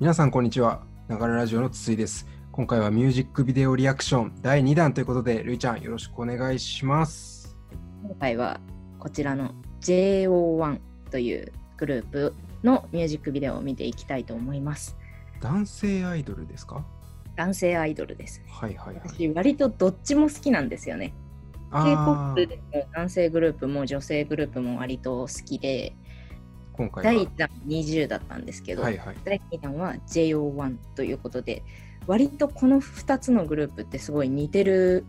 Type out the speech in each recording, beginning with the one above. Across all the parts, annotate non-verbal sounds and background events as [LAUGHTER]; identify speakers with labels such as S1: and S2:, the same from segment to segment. S1: 皆さんこんにちは。ながらラジオの筒井です。今回はミュージックビデオリアクション第2弾ということで、るいちゃんよろしくお願いします。
S2: 今回はこちらの JO1 というグループのミュージックビデオを見ていきたいと思います。
S1: 男性アイドルですか
S2: 男性アイドルですね。
S1: はいはいはい。
S2: 私割とどっちも好きなんですよね。
S1: あ
S2: K-POP
S1: ー
S2: でも男性グループも女性グループも割と好きで、
S1: 今回
S2: 第
S1: は。
S2: 1弾20だったんですけど、
S1: はいはい。
S2: 第2弾は JO1 ということで、割とこの2つのグループってすごい似てる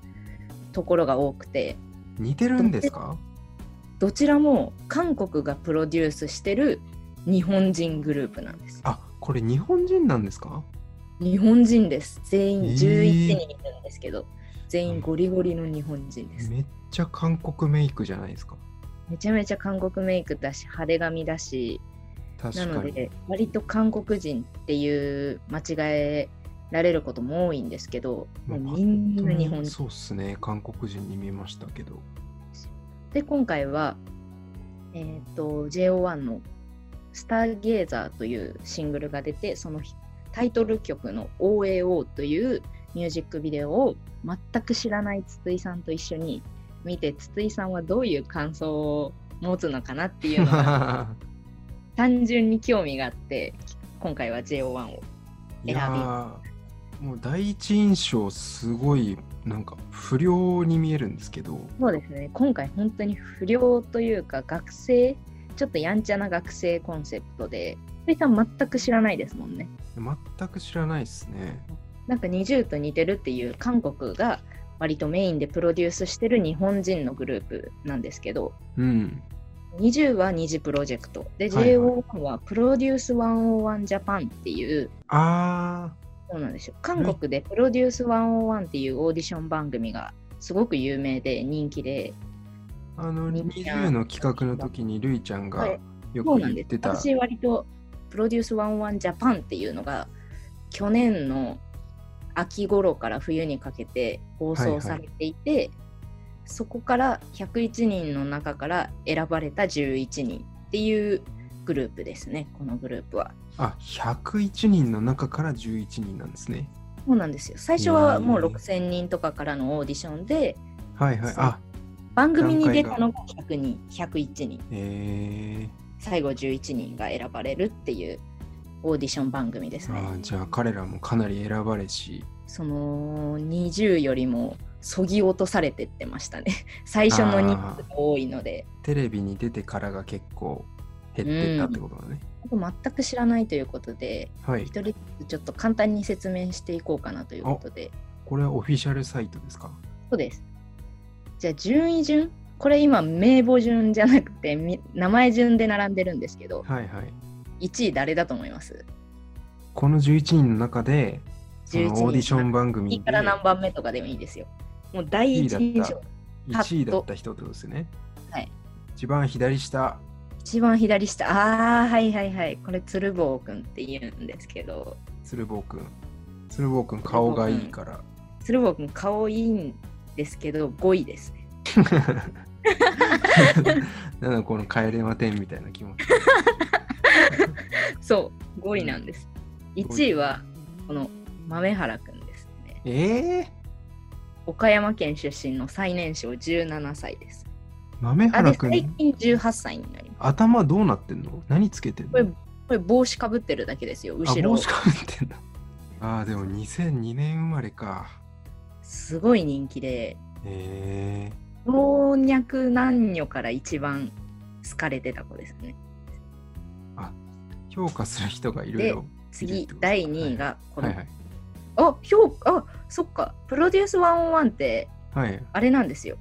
S2: ところが多くて、
S1: 似てるんですか
S2: どちらも韓国がプロデュースしてる日本人グループなんです。
S1: あこれ日本人なんですか
S2: 日本人です。全員
S1: えー
S2: 11人いるんですけど、全
S1: うん
S2: 員ゴリゴリの日本人です。
S1: めっちゃ韓国メイクじゃないですか。
S2: めちゃめちゃ韓国メイクだし、派手髪だし、
S1: 確
S2: なの
S1: かに。
S2: で、割と韓国人っていう間違えられることも多いんですけど、
S1: まあ
S2: もうみんな日本人。
S1: そうっすね。韓国人に見えましたけど。
S2: で、今回は、えっ、と、JO1 のスターゲーザーというシングルが出て、そのタイトル曲の OAO というミュージックビデオを全く知らない筒井さんと一緒に見て、筒井さんはどういう感想を持つのかなっていうの [LAUGHS] が
S1: [LAUGHS]
S2: 単純に興味があって、今回は JO1 を。
S1: いやーもう第一印象すごいなんか不良に見えるんですけど
S2: そうですね、今回本当に不良というか学生、ちょっとやんちゃな学生コンセプトで、筒井さん全く知らないですもんね。
S1: 全く知らないですね。
S2: なんか NiziU と似てるっていう韓国が割とメインでプロデュースしてる日本人のグループなんですけど
S1: うん。
S2: 20は2次プロジェクトで
S1: はいはい
S2: JO1 はプロデュース101ジャパンっていう
S1: あ
S2: そうなんですよ韓国でプロデュース101っていうオーディション番組がすごく有名で人気で
S1: ーあの
S2: みんな
S1: 20の企画の時にるいちゃん
S2: は
S1: が
S2: い
S1: よ
S2: そう
S1: く
S2: なん
S1: 言
S2: で
S1: っ
S2: す
S1: てた、
S2: 私割とプロデュース101ジャパンっていうのが去年の秋頃から冬にかけて放送されていて、そこから101人の中から選ばれた11人っていうグループですねこのグループは
S1: あ101人の中から11人なんですね。
S2: そうなんですよ最初はもう
S1: へー
S2: 6000人とかからのオーディションで
S1: はいはい。
S2: そう
S1: あ
S2: 番組に出たのが100人101人
S1: え
S2: 最後11人が選ばれるっていうオーディション番組です
S1: ー、
S2: ね
S1: あーじゃあ彼らもかなり選ばれし
S2: その20よりもそぎ落とされてってましたね [LAUGHS] 最初の人数が多いので
S1: テレビに出てからが結構減ってったってことだね。
S2: あと全く知らないということで
S1: はい。
S2: 一人ずつちょっと簡単に説明していこうかなということで
S1: これはオフィシャルサイトですか
S2: そうですじゃあ順位順これ今名簿順じゃなくてみ名前順で並んでるんですけど
S1: はいはい。
S2: 1位誰だと思います
S1: この11人の中で、その
S2: 11人
S1: オーディション番
S2: い
S1: 組
S2: い
S1: で
S2: から何番目とかでもいいですよもう第一印象
S1: 1位だった人ってことですよね。
S2: はい。
S1: 一番左下。
S2: 一番左下ああはいはいはいこれ鶴房くんって言うんですけど
S1: 鶴房くん。鶴房くん顔がいいから。
S2: 鶴房君顔いいんですけど5位ですね
S1: [LAUGHS] なんだこの帰れま点みたいな
S2: [LAUGHS]
S1: 気持ち。
S2: そう5位なんです、1位はこの豆原君ですね
S1: ええ
S2: 岡山県出身の最年少17歳です
S1: ー、豆
S2: あで
S1: 原く
S2: 最
S1: ん、
S2: 近18歳になります
S1: 頭どうなってんの何つけてん
S2: これ
S1: の
S2: これ帽子かぶってるだけですよ
S1: あ、
S2: 後ろ
S1: 帽子かぶってんだ。ああ、でも2002年生まれか。
S2: すごい人気で
S1: ええ
S2: 老若男女から一番好かれてた子ですね
S1: ー、評価する人がいるよ。いい
S2: 次
S1: ってこと
S2: 第2位がこの、
S1: はいはい。
S2: あ評価あそっかプロデュース101って
S1: はい。
S2: あれなんですよ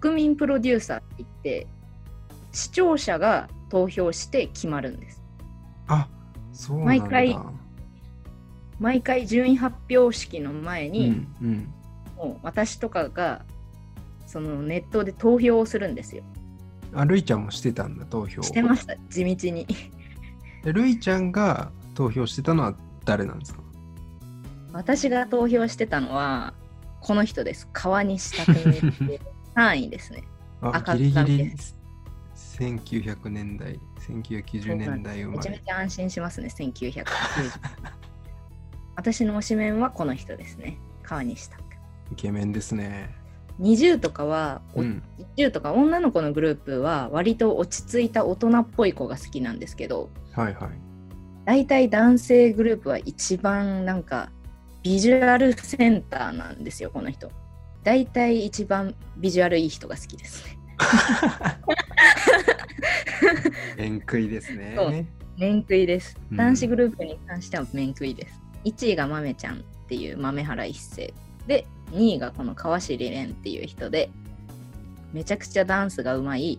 S2: 国民プロデューサーって言って視聴者が投票して決まるんです
S1: あ、そうなんだ。
S2: 毎回毎回順位発表式の前
S1: う
S2: に、
S1: ん、うん。
S2: もう私とかがそのネットで投票をするんですよ
S1: あ、るいちゃんもしてたんだ、投票。
S2: してました地道に [LAUGHS]
S1: でるいちゃんが投票してたのは誰なんですか
S2: 私が投票してたのは
S1: [LAUGHS]
S2: この人です川西匠っていう3位ですね
S1: あ、
S2: 赤
S1: ギリギ
S2: 髪
S1: リ
S2: です
S1: 1900年代、1990年代生
S2: め
S1: ま
S2: ちゃめ
S1: れ。
S2: ちゃ安心しますね、1990。私の推しメンはこの人ですね、川西拓。
S1: イケメンですね。
S2: 20とかは、
S1: うん。
S2: 10とか女の子のグループは割と落ち着いた大人っぽい子が好きなんですけど、
S1: はいはい。
S2: 大体男性グループは一番なんかビジュアルセンターなんですよこの人大体一番ビジュアルいい人が好きですね
S1: 円いですね。
S2: そう面食いです
S1: うん
S2: 男子グループに関しては面食いです、1位が豆ちゃんっていう豆原一世で2位がこの川尻蓮っていう人でめちゃくちゃダンスがうまい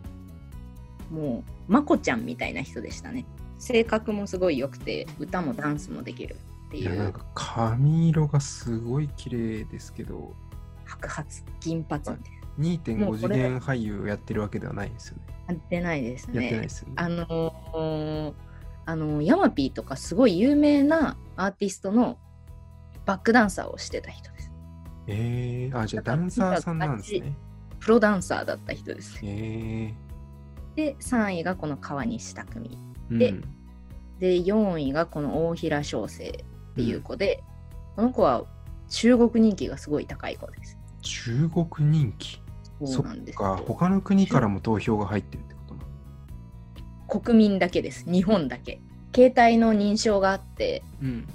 S2: もうまこちゃんみたいな人でしたね性格もすごい良くて歌もダンスもできるって
S1: い
S2: い
S1: や、なん
S2: う
S1: か髪色がすごい綺麗ですけど、
S2: 白髪銀髪みたいなも
S1: 2.5
S2: う
S1: 次
S2: これ
S1: 元俳優をやってるわけではないんですよね。
S2: やってないです
S1: やってない
S2: ね。
S1: ですよ
S2: あ
S1: ね。
S2: のーあのーヤマピーとかすごい有名なアーティストのバックダンサーをしてた人です。
S1: えー、あ、じゃあ
S2: だ
S1: ダ
S2: から
S1: ンサーさんなんですね。
S2: プロダンサーだった人です
S1: え
S2: ね。で3位がこの川西拓実
S1: ー、うん
S2: でで4位がこの大平翔生っていう子で、この子は中国人気がすごい高い子です。
S1: 中国人気。
S2: そうなんです
S1: そっか、他の国からも投票が入ってるってことなの
S2: 国民だけです日本だけ。携帯の認証があって
S1: うん。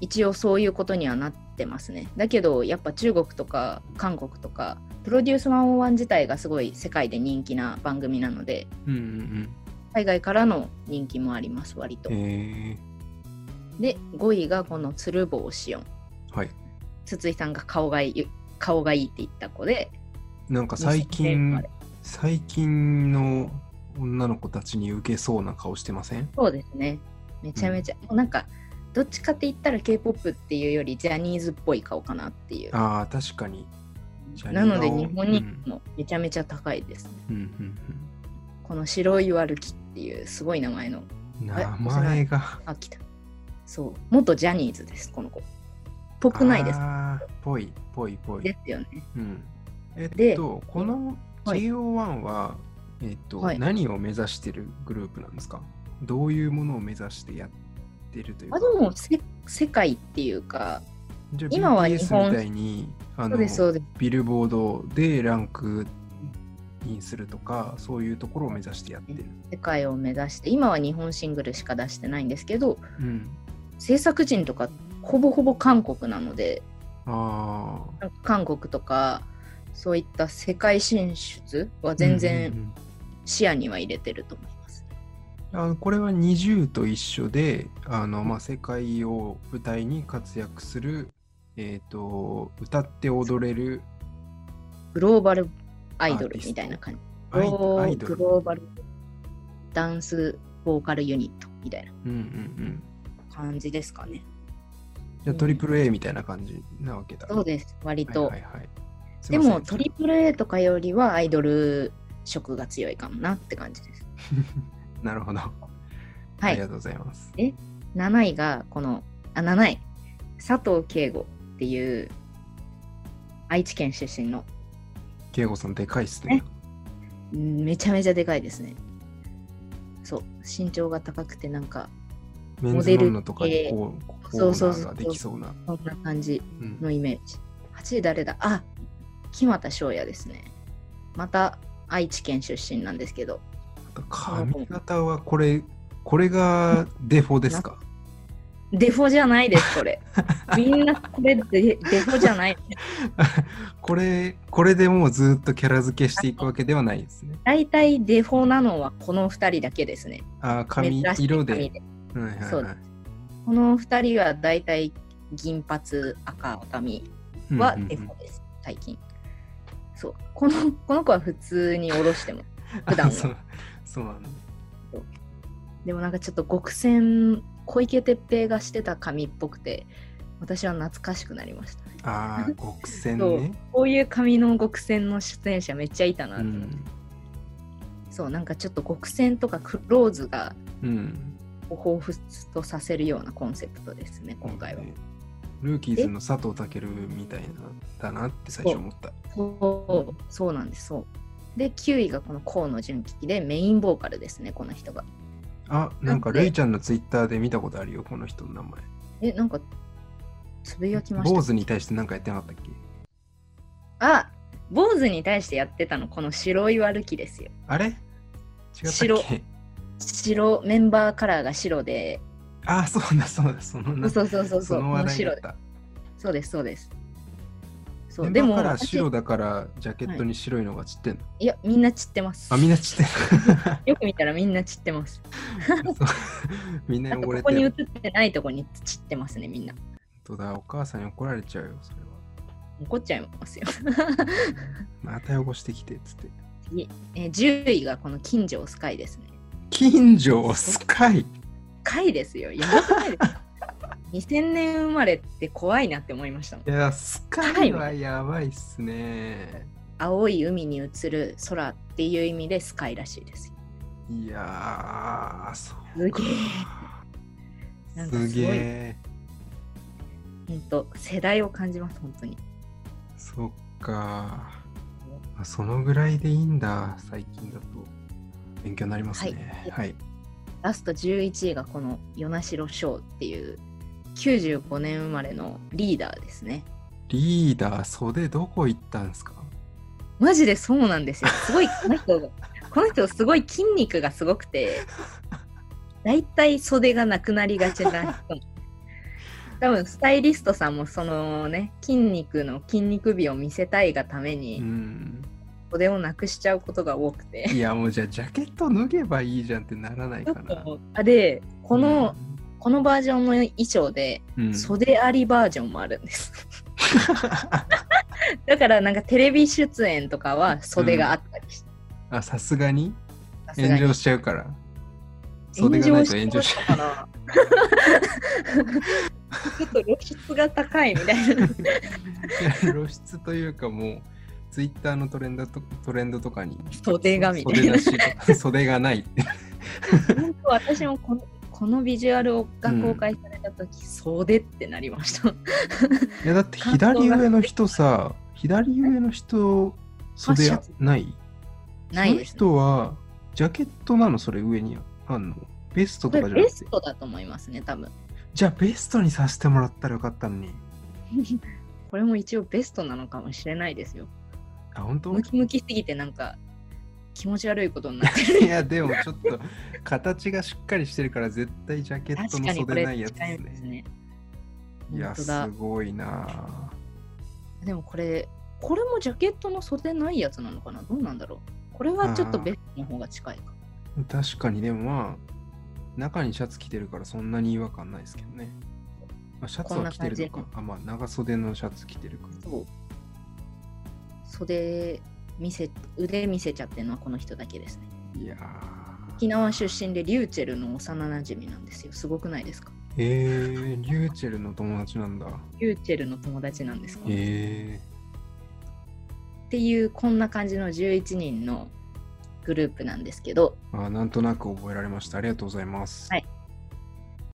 S2: 一応そういうことにはなってますねだけどやっぱ中国とか韓国とかプロデュース101自体がすごい世界で人気な番組なので
S1: うんうん
S2: 海外からの人気もあります割と
S1: うん。え
S2: で5位がこの鶴房しおん
S1: ー、はい。
S2: 筒井さんが顔がいい顔がいいって言った子で
S1: なんか最
S2: 2000年生
S1: 近
S2: まれ、
S1: 最近の女の子たちに受けそうな顔してません
S2: そうですねめちゃめちゃ、もうなんかどっちかって言ったら k p o p っていうよりジャニーズっぽい顔かなっていう
S1: ああ、確かに。ジャニー
S2: なので
S1: 顔
S2: 日本人気もめちゃめちゃ高いですね、
S1: うんうん
S2: この白い歩きっていうすごい名前の
S1: うん。
S2: あれ
S1: 名前が。
S2: あ、来た。そう。元ジャニーズです、この子。ぽくないです。
S1: あーぽい、ぽい、ぽ
S2: で
S1: い。
S2: すよね。
S1: うん、えっ
S2: で
S1: と、この
S2: はい
S1: JO1 は、えっと、
S2: はい
S1: 何を目指してるグループなんですかどういうものを目指してやってるというか
S2: あ、でも、せ世界っていうか、
S1: じゃあ
S2: 今は
S1: BTS
S2: 日本
S1: みたいにあ
S2: そ
S1: の
S2: うです、そうです。
S1: ビルボードでランクインするとか、そういうところを目指してやってる。
S2: 世界を目指して、今は日本シングルしか出してないんですけど、
S1: うん、
S2: 制作人とか、ほぼほぼ韓国なので、
S1: ああ。
S2: なんか韓国とか、そういった世界進出は全
S1: うんう
S2: 然
S1: ん
S2: 視野には入れてると思います。
S1: うんあのこれは20と一緒であの、まあ、世界を舞台に活躍する、えー、と歌って踊れる
S2: グローバルアイドルみたいな感じ。
S1: アイドアイド
S2: グ
S1: ル。
S2: ローバルダンスボーカルユニットみたいな。
S1: うんうんうん、
S2: 感じですかね。
S1: じゃあトリプル A みたいな感じなわけだ。
S2: そうです、割と。
S1: はいはいはいすい
S2: で
S1: ません
S2: も、トリプル A とかよりはアイドル色が強いかもなって感じです。
S1: なるほど。
S2: は
S1: あり
S2: い
S1: が、とうございます。
S2: 7位がこの、あ、7位、佐藤圭吾っていう愛知県出身の
S1: 慶吾さん、でかいっすね。
S2: めちゃめちゃでかいですね。そう、身長が高くてなんか
S1: メン
S2: モ
S1: ズ
S2: デル
S1: ノンノとかにこう、こうコ
S2: そうそう
S1: ーナ
S2: そう
S1: ーができそうな。
S2: こんな感じ
S1: うん
S2: のイメージ。8位誰だあ、木俣翔也ですね。また愛知県出身なんですけど、
S1: 髪型はこれ、これがデフォです
S2: [LAUGHS]
S1: か
S2: デフォじゃないで
S1: [LAUGHS]
S2: す、これ。みんなこれデデフォじゃない。
S1: これ、これでもうずっとキャラ付けしていくわけではないですね。
S2: 大体デフォなのはこの2人だけですね。
S1: あー髪
S2: 珍しい
S1: 色で。
S2: 髪
S1: はいはいはい
S2: そうですこの2人は大体銀髪、赤髪
S1: うんうんうん
S2: はデフォです、最近。そうこの [LAUGHS] この子は普通に下ろしても。普段
S1: あ [LAUGHS]
S2: は
S1: そうそうなんだ。
S2: でもなんかちょっと極戦、小池徹平がしてた髪っぽくて、私は懐かしくなりました。
S1: ああ、
S2: [LAUGHS]
S1: 極戦
S2: そ
S1: ね。
S2: こういう髪の極戦の出演者めっちゃいたな
S1: う
S2: と思って、
S1: ん。
S2: そう、なんかちょっと極戦とかクローズが
S1: うん
S2: を彷彿とさせるようなコンセプトですね、今回は。
S1: ルーキーズの佐藤健みたいなだなって最初思った。
S2: そうそうなんです、そう。で9位がこの河野純喜でメインボーカルですねこの人が
S1: あ、なんか、
S2: だって
S1: ルイちゃんのツイッターで見たことあるよ、この人の名前。
S2: えなんかつぶやきました
S1: 坊主に対して何かやってなかったっけ
S2: あ坊主に対してやってたのこの白い歩きですよ
S1: あれ違った
S2: 白
S1: っけ
S2: 白メンバーカラーが白で
S1: あ、そうだそうだ、そのな
S2: そうそうそうそう
S1: その
S2: も
S1: 話
S2: う
S1: 題だ
S2: 白
S1: っ
S2: で
S1: た。
S2: そうですそうですそう
S1: で
S2: で
S1: も
S2: も
S1: カラー
S2: 私
S1: 白だからジャケットに白いのが散ってんの。
S2: いやみんな散ってます
S1: あ、みんな散ってる。
S2: よく見たらみんな散ってます [LAUGHS]
S1: そうみんな
S2: なんか
S1: 汚
S2: こ
S1: れ
S2: こ
S1: て
S2: に映っ
S1: る。
S2: てないとこに散ってますねみんな
S1: 本当だ、お母さんに怒られちゃうよ、それは。
S2: 怒っちゃいますよ、 [LAUGHS]
S1: また汚してきてっつって。
S2: えー10位がこの金城スカイですね
S1: 近所をスカイ
S2: カイですよやばくない [LAUGHS] ですか2000年生まれって怖いなって思いましたもん
S1: いや、スカイはやばいっすね。
S2: 青い海に映る空っていう意味でスカイらしいですよ
S1: いやー、そう
S2: すげえなんかすごい
S1: すげえ。
S2: ほんと世代を感じます本当に
S1: そっか。あそのぐらいでいいんだ、最近だと。勉強になりますね。
S2: は
S1: はいい。
S2: ラスト11位がこの与那城翔っていう95年生まれのリーダーですね
S1: リーダー、袖どこ行ったんですか
S2: マジでそうなんですよすごいこの人がこの人すごい筋肉がすごくてだいたい袖がなくなりがちな人多分スタイリストさんもそのね筋肉の筋肉美を見せたいがため
S1: う
S2: に
S1: ん。
S2: 袖をなくしちゃうことが多くて
S1: いや、もうじゃあ、ジャケット脱げばいいじゃんってならない
S2: ちょ
S1: か
S2: っ
S1: な。
S2: とあでこの、このバージョンの衣装で
S1: うん、うん、
S2: 袖ありバージョンもあるんです
S1: [LAUGHS]
S2: だからなんかテレビ出演とかは袖があったりして、
S1: あ、さすがに
S2: さすがに
S1: 炎上しちゃうから。袖がないと炎上しちゃう。
S2: ちゃう。ちょっと露出が高いみたい
S1: [LAUGHS]
S2: な。
S1: いや [LAUGHS] 露出というかもうツイッターのトレンドとトレンドとかに
S2: 袖がみたいな
S1: 袖なし袖が [LAUGHS] ないって
S2: 本当私もこのこのビジュアルが公開された時、袖ってなりました。
S1: いやだって左上の人さ左上の人袖
S2: あシャツ
S1: ない
S2: ないです、
S1: その人はジャケットなのそれ上にあんのベスト
S2: こ
S1: か
S2: とれ
S1: じゃな
S2: ベ
S1: く
S2: ス
S1: て
S2: トだと思いますね、多分。
S1: じゃあベストにさせてもらったらよかったのに
S2: これも一応ベストなのかもしれないですよ。
S1: あ本当
S2: ムキムキすぎてなんか気持ち悪いことにな
S1: [LAUGHS]
S2: ってる。
S1: いやでもちょっと形がしっかりしてるから絶対ジャケット
S2: 確
S1: の
S2: かにこ
S1: 袖
S2: れ
S1: ない
S2: 近
S1: や
S2: い
S1: つです
S2: です
S1: ね
S2: ね。
S1: いや
S2: 本当
S1: す
S2: だ。
S1: ごいなあ
S2: でもこれ、これもジャケットの袖ないやつなのかなどうなんだろうこれはちょっとベストの方が近いか。
S1: 確かにでもまあ中にシャツ着てるからそんなに違和感ないですけどね、まあ、シャツは着てるの
S2: こん
S1: かあまあ長袖のシャツ着てるか
S2: そう。袖見せ、腕見せちゃってるのはこの人だけですね。
S1: いやー
S2: 沖縄出身でリューチェルの幼なじみなんですよ。すごくないですか
S1: えー、リューチェルの友達なんだ
S2: リューチェルの友達なんですか、
S1: え
S2: っていうこんな感じの11人のグループなんですけど、
S1: ー、あなんとなく覚えられましたありがとうございます、
S2: はい